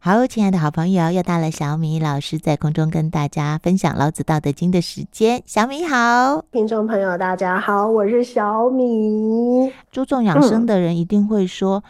好，亲爱的好朋友，又到了小米老师在空中跟大家分享《老子道德经》的时间。小米好，听众朋友大家好，我是小米。注重养嗯生的人一定会说，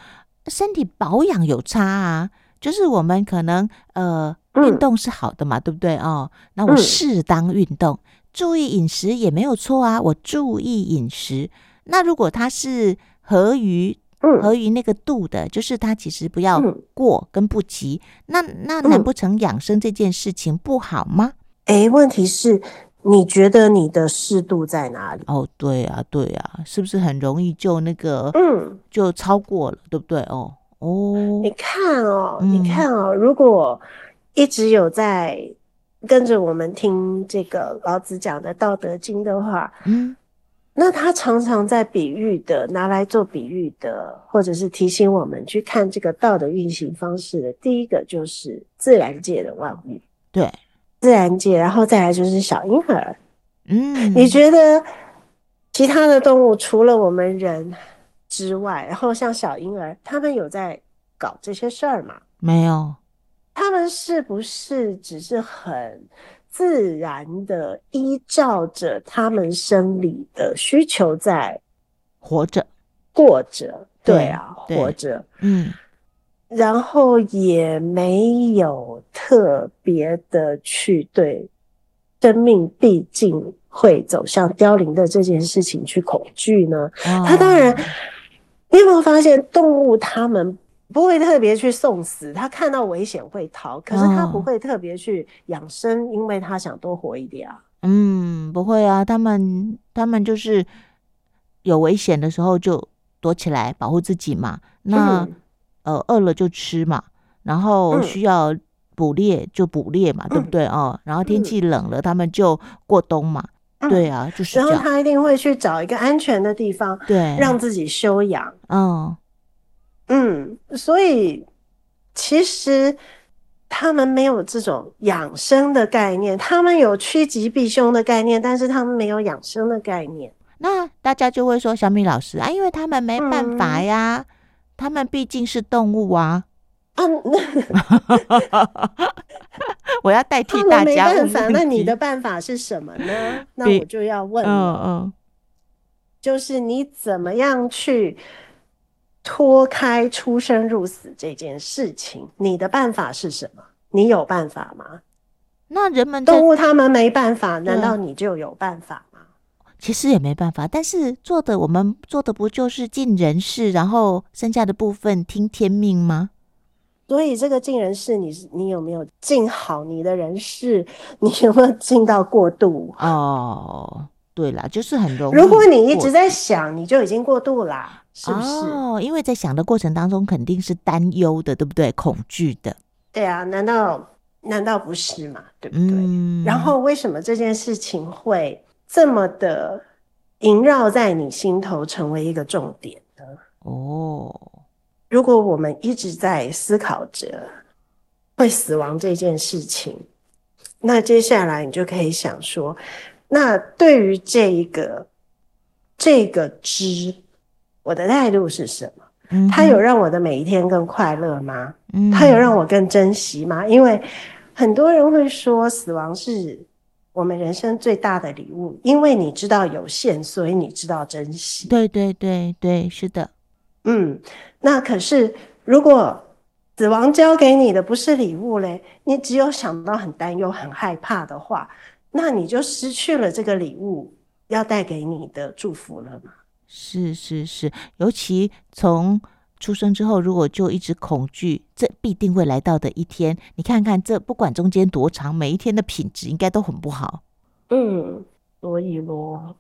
身体保养有差啊，就是我们可能呃嗯运动是好的嘛，对不对哦？那我嗯适当运动，注意饮食也没有错啊，我注意饮食。那如果它是合于嗯合于那个度的，就是它其实不要嗯，过跟不及，那那嗯难不成养生这件事情不好吗？诶，问题是，你觉得你的适度在哪里？哦，对啊，对啊，是不是很容易就那个嗯，就超过了，对不对？哦哦你，看哦，嗯你看哦，如果一直有在跟着我们听这个老子讲的《道德经》的话，嗯那他常常在比喻的，拿来做比喻的，或者是提醒我们去看这个道的运行方式的。第一个就是自然界的万物，对，自然界，然后再来就是小婴儿。嗯，你觉得其他的动物除了我们人之外，然后像小婴儿，他们有在搞这些事儿吗？没有？他们是不是只是很自然的依照着他们生理的需求在活着，过着？对对啊，对活着，嗯然后也没有特别的去对生命毕竟会走向凋零的这件事情去恐惧呢？他啊当然哦，你有没有发现动物它们不会特别去送死，它看到危险会逃，可是它嗯不会特别去养生，因为它想多活一点啊。嗯，不会啊，他们他们就是有危险的时候就躲起来保护自己嘛。那、嗯呃饿了就吃嘛，然后嗯需要捕猎就捕猎嘛，对不嗯对哦？然后天嗯气冷了，他们就过冬嘛。对嗯，啊，就是然这后样。它一定会去找一个安全的地方，对，让自己休养。嗯嗯，所以其实他们没有这种养生的概念，他们有趋吉避凶的概念，但是他们没有养生的概念。那大家就会说小米老师啊，因为他们没办法嗯呀，他们毕竟是动物啊。 啊，那我要代替他大们没家办问法，问那你题的办法是什么 呢？那比我就要问嗯了，嗯就是你怎么样去脱开出生入死这件事情？你的办法是什么？你有办法吗？那人们在动物他们没办法，难对道你就有办法吗？其实也没办法，但是做的我们做的不就是尽人事，然后剩下的部分听天命吗？所以这个尽人事，你是你有没有尽好你的人事？你有没有尽到过度？哦，对啦，就是很容易。如果你一直在想，你就已经过度啦，是不是？哦，因为在想的过程当中肯定是担忧的，对不对？恐惧的，对啊，难道难道不是嘛？对不对？嗯。然后为什么这件事情会这么的萦绕在你心头，成为一个重点呢？哦，如果我们一直在思考着会死亡这件事情，那接下来你就可以想说，那对于这一个这个知，我的态度是什么？嗯它有让我的每一天更快乐吗？哼，它有让嗯我更珍惜吗？因为很多人会说，死亡是我们人生最大的礼物，因为你知道有限，所以你知道珍惜。对对对对，是的，嗯，那可是如果死亡交给你的不是礼物嘞，你只有想到很担忧、很害怕的话，那你就失去了这个礼物要带给你的祝福了嘛。是是是，尤其从出生之后，如果就一直恐惧，这必定会来到的一天。你看看，这不管中间多长，每一天的品质应该都很不好。嗯，所以咯，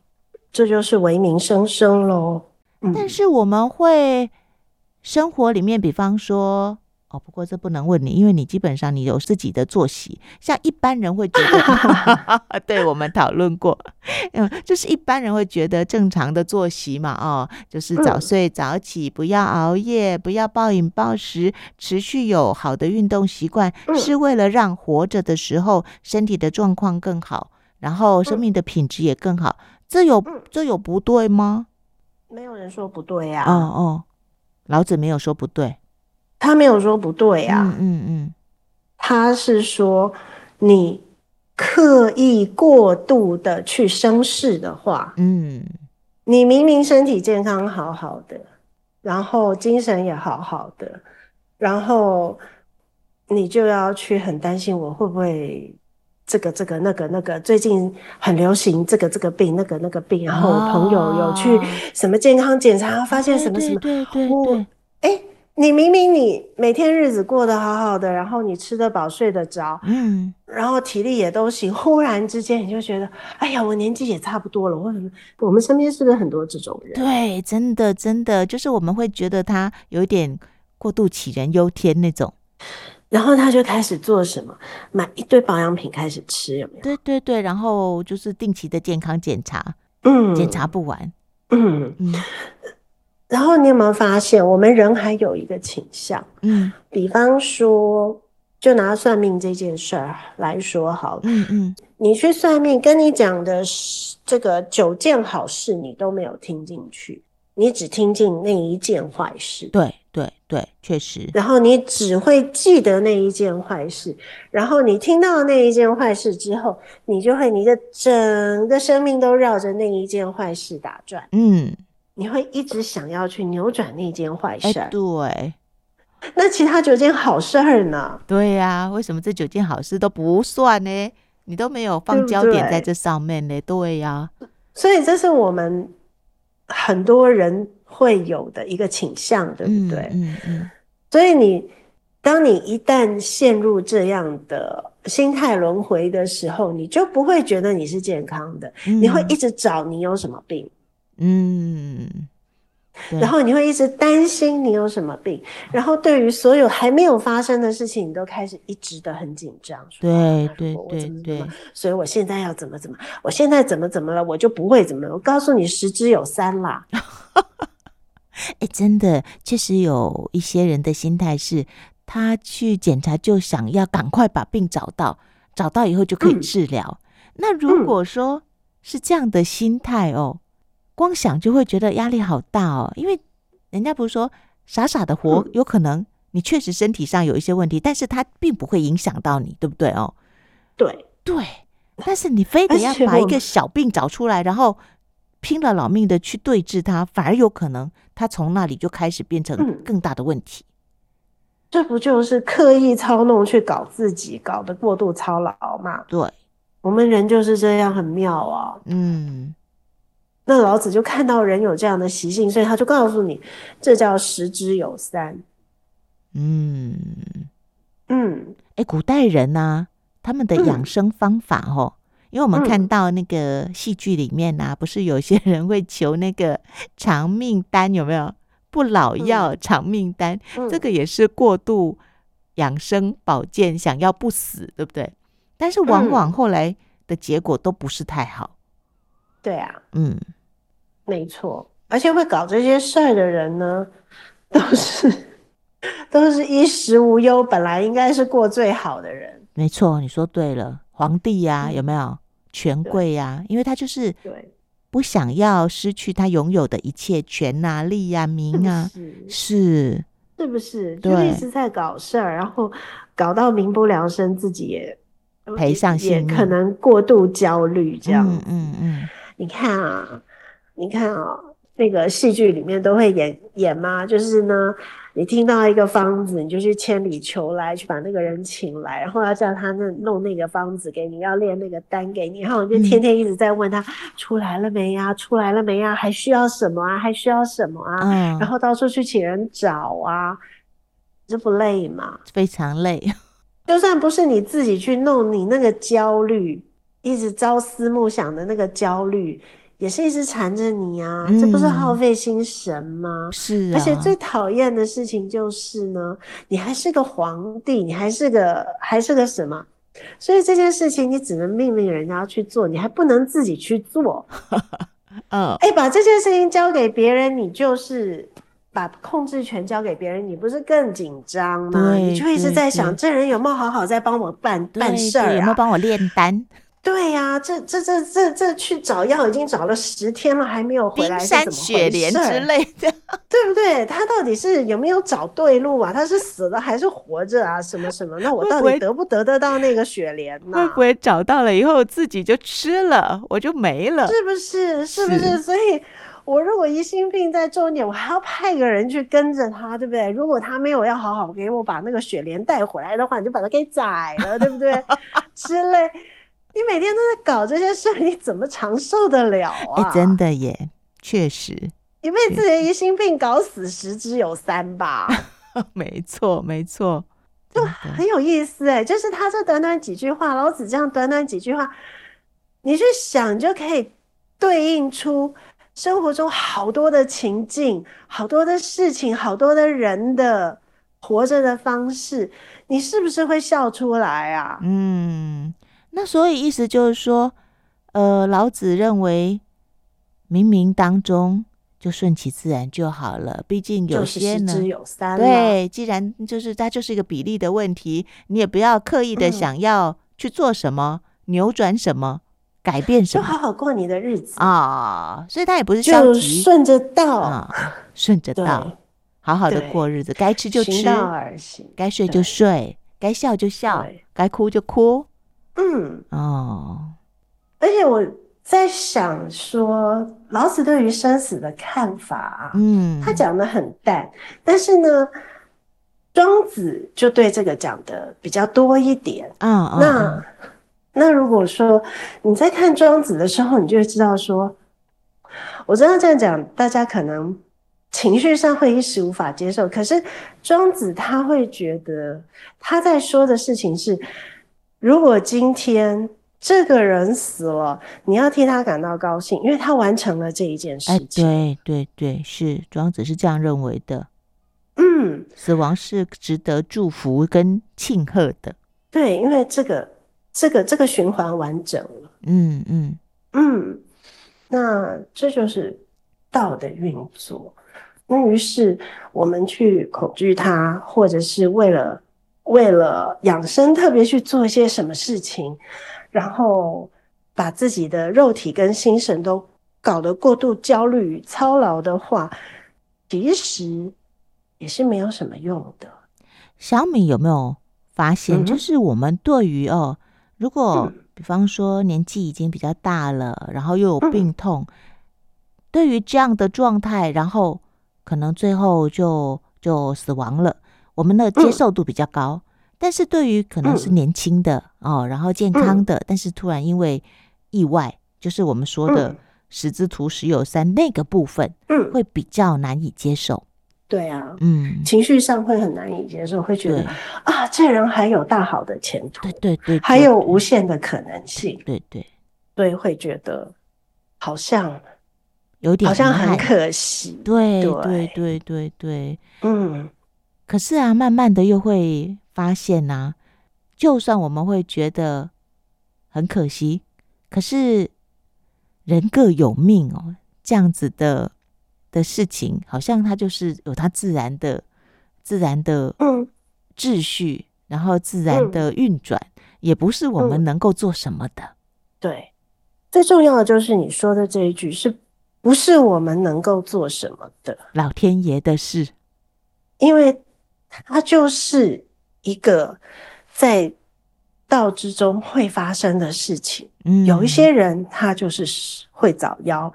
这就是唯民生生喽。嗯，但是我们会生活里面，比方说，哦，不过这不能问你，因为你基本上你有自己的作息。像一般人会觉得， 对我们讨论过， 嗯，就是一般人会觉得正常的作息嘛，哦，就是早嗯睡早起，不要熬夜，不要暴饮暴食，持续有好的运动习惯，嗯是为了让活着的时候身体的状况更好，然后生嗯命的品质也更好。这有嗯这有不对吗？没有人说不对啊呀、哦哦哦，老子没有说不对。他没有说不对呀、啊嗯嗯他是说你刻意过度的去生事的话，嗯，你明明身体健康好好的，然后精神也好好的，然后你就要去很担心我会不会这个这个那个那个，最近很流行这个这个病那个那个病，然后我朋友有去哦什么健康检查，发现什么什么，对对对我对，哎，你明明你每天日子过得好好的，然后你吃得饱睡得着，嗯，然后体力也都行，忽然之间你就觉得，哎呀，我年纪也差不多了，我很，我们身边是不是很多这种人？对，真的真的，就是我们会觉得他有一点过度杞人忧天那种。然后他就开始做什么，买一堆保养品开始吃，有没有？对对对，然后就是定期的健康检查，嗯，检查不完。嗯。嗯然后你有没有发现，我们人还有一个倾向，嗯比方说，就拿算命这件事儿来说好了，嗯嗯，你去算命，跟你讲的是这个九件好事，你都没有听进去，你只听进那一件坏事，对对对，确实。然后你只会记得那一件坏事，然后你听到那一件坏事之后，你就会你的整个生命都绕着那一件坏事打转，嗯，你会一直想要去扭转那件坏哎、事儿。对那其他九件好事儿呢？对呀、为什么这九件好事都不算呢？你都没有放对不焦点在对这上面呢？对呀、所以这是我们很多人会有的一个倾向，对嗯不对？嗯嗯，所以你，当你一旦陷入这样的心态轮回的时候，你就不会觉得你是健康的，嗯你会一直找你有什么病，嗯，对然后你会一直担心你有什么病，然后对于所有还没有发生的事情，你都开始一直的很紧张。说对啊对如果我怎么对怎么对所以我现在要怎么怎么，我现在怎么怎么了，我就不会怎么了。我告诉你，十之有三啦。哎、真的，确实有一些人的心态是，他去检查就想要赶快把病找到，找到以后就可以嗯治疗。那如嗯果说是这样的心态哦，光想就会觉得压力好大哦，因为人家不是说傻傻的活，嗯有可能你确实身体上有一些问题，但是它并不会影响到你，对不对哦？对，对，但是你非得而要且把一我个们小病找出来，然后拼了老命的去对治它，反而有可能它从那里就开始变成嗯更大的问题。这不就是刻意操弄去搞自己，搞得过度操劳吗？对，我们人就是这样，很妙啊。嗯，那老子就看到人有这样的习性，所以他就告诉你，这叫十之有三。嗯，嗯，哎，古代人呐、他们的养嗯生方法哦，因为我们看嗯到那个戏剧里面呐、不是有些人会求那个长命丹，有没有？不老药、长命丹，嗯这个也是过度养生保健，想要不死，对不对？但是往往嗯后来的结果都不是太好。对啊，嗯，没错。而且会搞这些事儿的人呢，都是都是衣食无忧，本来应该是过最好的人。没错，你说对了。皇帝呀、有没有权嗯对贵呀、因为他就是对，不想要失去他拥有的一切权啊、力呀、是不名啊，嗯是？是是不是？对就一直在搞事儿，然后搞到民不聊生，自己也赔上性也命可能过度焦虑这样嗯子。嗯嗯，你看啊，你看啊，那个戏剧里面都会演演嘛，就是呢，你听到一个方子，你就去千里求来，去把那个人请来，然后要叫他那弄那个方子给你，要练那个丹给你，然后你就天天一直在问他、出来了没呀、出来了没呀、还需要什么啊，还需要什么啊，嗯，然后到处去请人找啊，这不累吗？非常累。 就算不是你自己去弄，你那个焦虑，一直朝思暮想的那个焦虑，也是一直缠着你啊，这不是嗯耗费心神吗？是啊，而且最讨厌的事情就是呢，你还是个皇帝，你还是个还是个什么？所以这件事情你只能命令人家去做，你还不能自己去做。嗯，哎，把这件事情交给别人，你就是把控制权交给别人，你不是更紧张吗？对你就一直对在对想，这人有没有好好在帮我办对办事对儿有没有啊？帮我炼丹？对呀、这这这这这去找药已经找了十天了，还没有回冰来，是山怎么雪回莲事之儿？类的。对不对？他到底是有没有找对路啊？他是死了还是活着啊？什么什么？那我会到不底会得不得得到那个雪莲呢？会不会找到了以后自己就吃了，我就没 了？是不是？是不是？是所以，我如果疑心病在重点，我还要派个人去跟着他，对不对？如果他没有要好好给我把那个雪莲带回来的话，你就把它给宰了，对不对？之 类。你每天都在搞这些事儿，你怎么长寿得了哎、啊？真的耶，确实，你被自己的疑心病搞死十之有三吧， 没错，没错，真的很有意思哎、就是他这短短几句话，老子这样短短几句话，你去想就可以对应出生活中好多的情境、好多的事情、好多的人的活着的方式，你是不是会笑出来啊？嗯，那所以意思就是说，呃，老子认为冥冥当中就顺其自然就好了，毕竟有就是些十呢。之有三嘛。对，既然就是它就是一个比例的问题，你也不要刻意的嗯想要去做什么、扭转什么、改变什就么好好过你的日子，啊、所以它也不是消就极顺着道，啊、顺着对，道，好好的对过日子，该吃就行吃，道而行。该睡就对睡，该笑就笑对，该哭就哭。嗯。哦，而且我在想说，老子对于生死的看法啊，嗯，他讲的很淡，但是呢，庄子就对这个讲的比较多一点。啊啊，那啊那如果说你在看庄子的时候，你就会知道说，我知道这样讲，大家可能情绪上会一时无法接受，可是庄子他会觉得他在说的事情是，如果今天这个人死了，你要替他感到高兴，因为他完成了这一件事哎，情。对对对，是庄子是这样认为的，嗯，死亡是值得祝福跟庆贺的。对，因为这个这个这个循环完整了。嗯嗯，嗯，那这就是道的运作。那于是我们去恐惧它，或者是为了为了养生特别去做一些什么事情，然后把自己的肉体跟心神都搞得过度焦虑与操劳的话，其实也是没有什么用的。小米有没有发现，嗯就哼是我们对于哦，如果嗯比方说年纪已经比较大了，然后又有嗯病痛，对于这样的状态，然后可能最后就就死亡了，我们的接嗯受度比较高。但是对于可能是嗯年轻的、哦，然后健康的，但是突然因为意外，就是我们说的嗯十之徒十有三那个部分，嗯，会比较难以接受。对啊，嗯，情绪上会很难以接受，会觉得对啊，这人还有大好的前途。对对对，还对有无限的可能性，对对，所以会觉得好像有点好像遗很憾可惜。 对对对对对对。嗯，可是啊，慢慢的又会发现呐、就算我们会觉得很可惜，可是人各有命哦，这样子的的事情，好像它就是有它自然的、自然的嗯，秩序，然后自然嗯的运转，也不是我们嗯能够做什么的。对。最重要的就是你说的这一句，是不是我们能够做什么的？老天爷的事，因为它就是一个在道之中会发生的事情。嗯，有一些人他就是会早夭，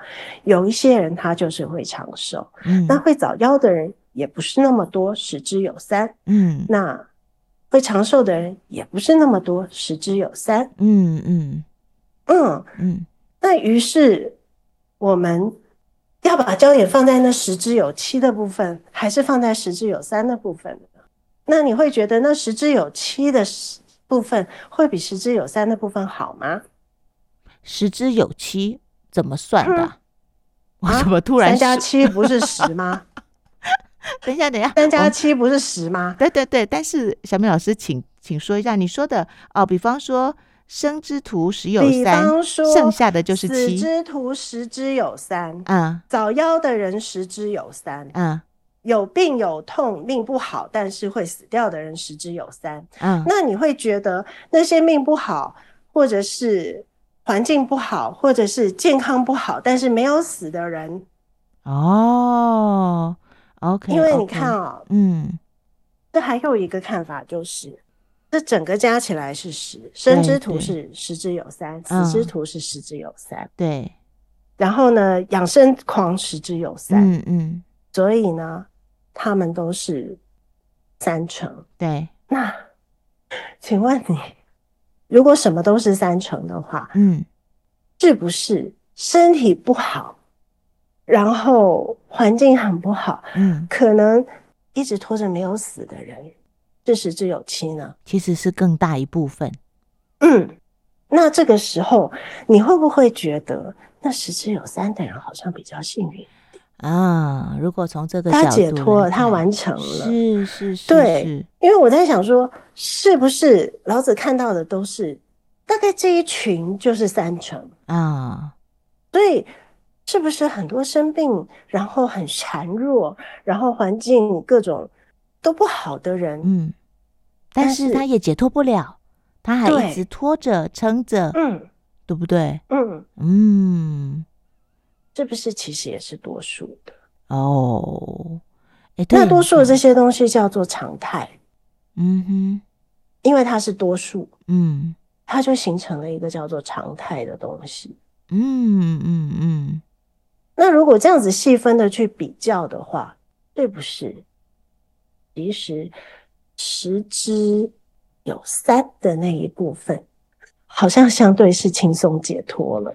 有一些人他就是会长寿。嗯，那会早夭的人也不是那么多，十之有三。嗯那会长寿的人也不是那么多，十之有三。嗯嗯嗯，嗯，那于是我们要把焦点放在那十之有七的部分，还是放在十之有三的部分呢？那你会觉得那十之有七的十部分会比十之有三的部分好吗？十之有七怎么算的啊？ 我啊怎么突然三加说？七不是 十吗？等一下，等 一下，三加我七不是十吗？哦对对对，但是小米老师，请请说一下你说的哦，比方说生之徒十有比三，方说剩下的就是死七，之徒十之有三，啊早夭的人十之有三。啊有病有痛、命不好，但是会死掉的人十之有三。啊，那你会觉得那些命不好，或者是环境不好或者是健康不好，但是没有死的人，哦，OK，因为你 OK 看，哦，嗯，这还有一个看法就是，这整个加起来是十，生对之徒对是十之有三，嗯死之徒是十之有三，对，然后呢，养生狂十之有三，嗯嗯，所以呢，他们都是三成。对，那请问你，如果什么都是三成的话，嗯，是不是身体不好，然后环境很不好，嗯，可能一直拖着没有死的人，是十之有七呢？其实是更大一部分，嗯，那这个时候你会不会觉得那十之有三的人好像比较幸运？啊，如果从这个他角解度脱来了，他看完成了。是是是，对是因为我在想说，是不是老子看到的都是大概这一群就是三成，啊，所以是不是很多生病，然后很孱弱，然后环境各种都不好的人，嗯，但但是是他也解脱不了，他还一对直拖着撑着，嗯对不对？嗯，嗯，是不是其实也是多数的？哦，哎，对那多数的这哈，些东西叫做常态，嗯哼，因为它是多数，嗯它就形成了一个叫做常态的东西。嗯嗯嗯，那如果这样子细分的去比较的话，对不是？其实十之有三的那一部分，好像相对是轻松解脱了。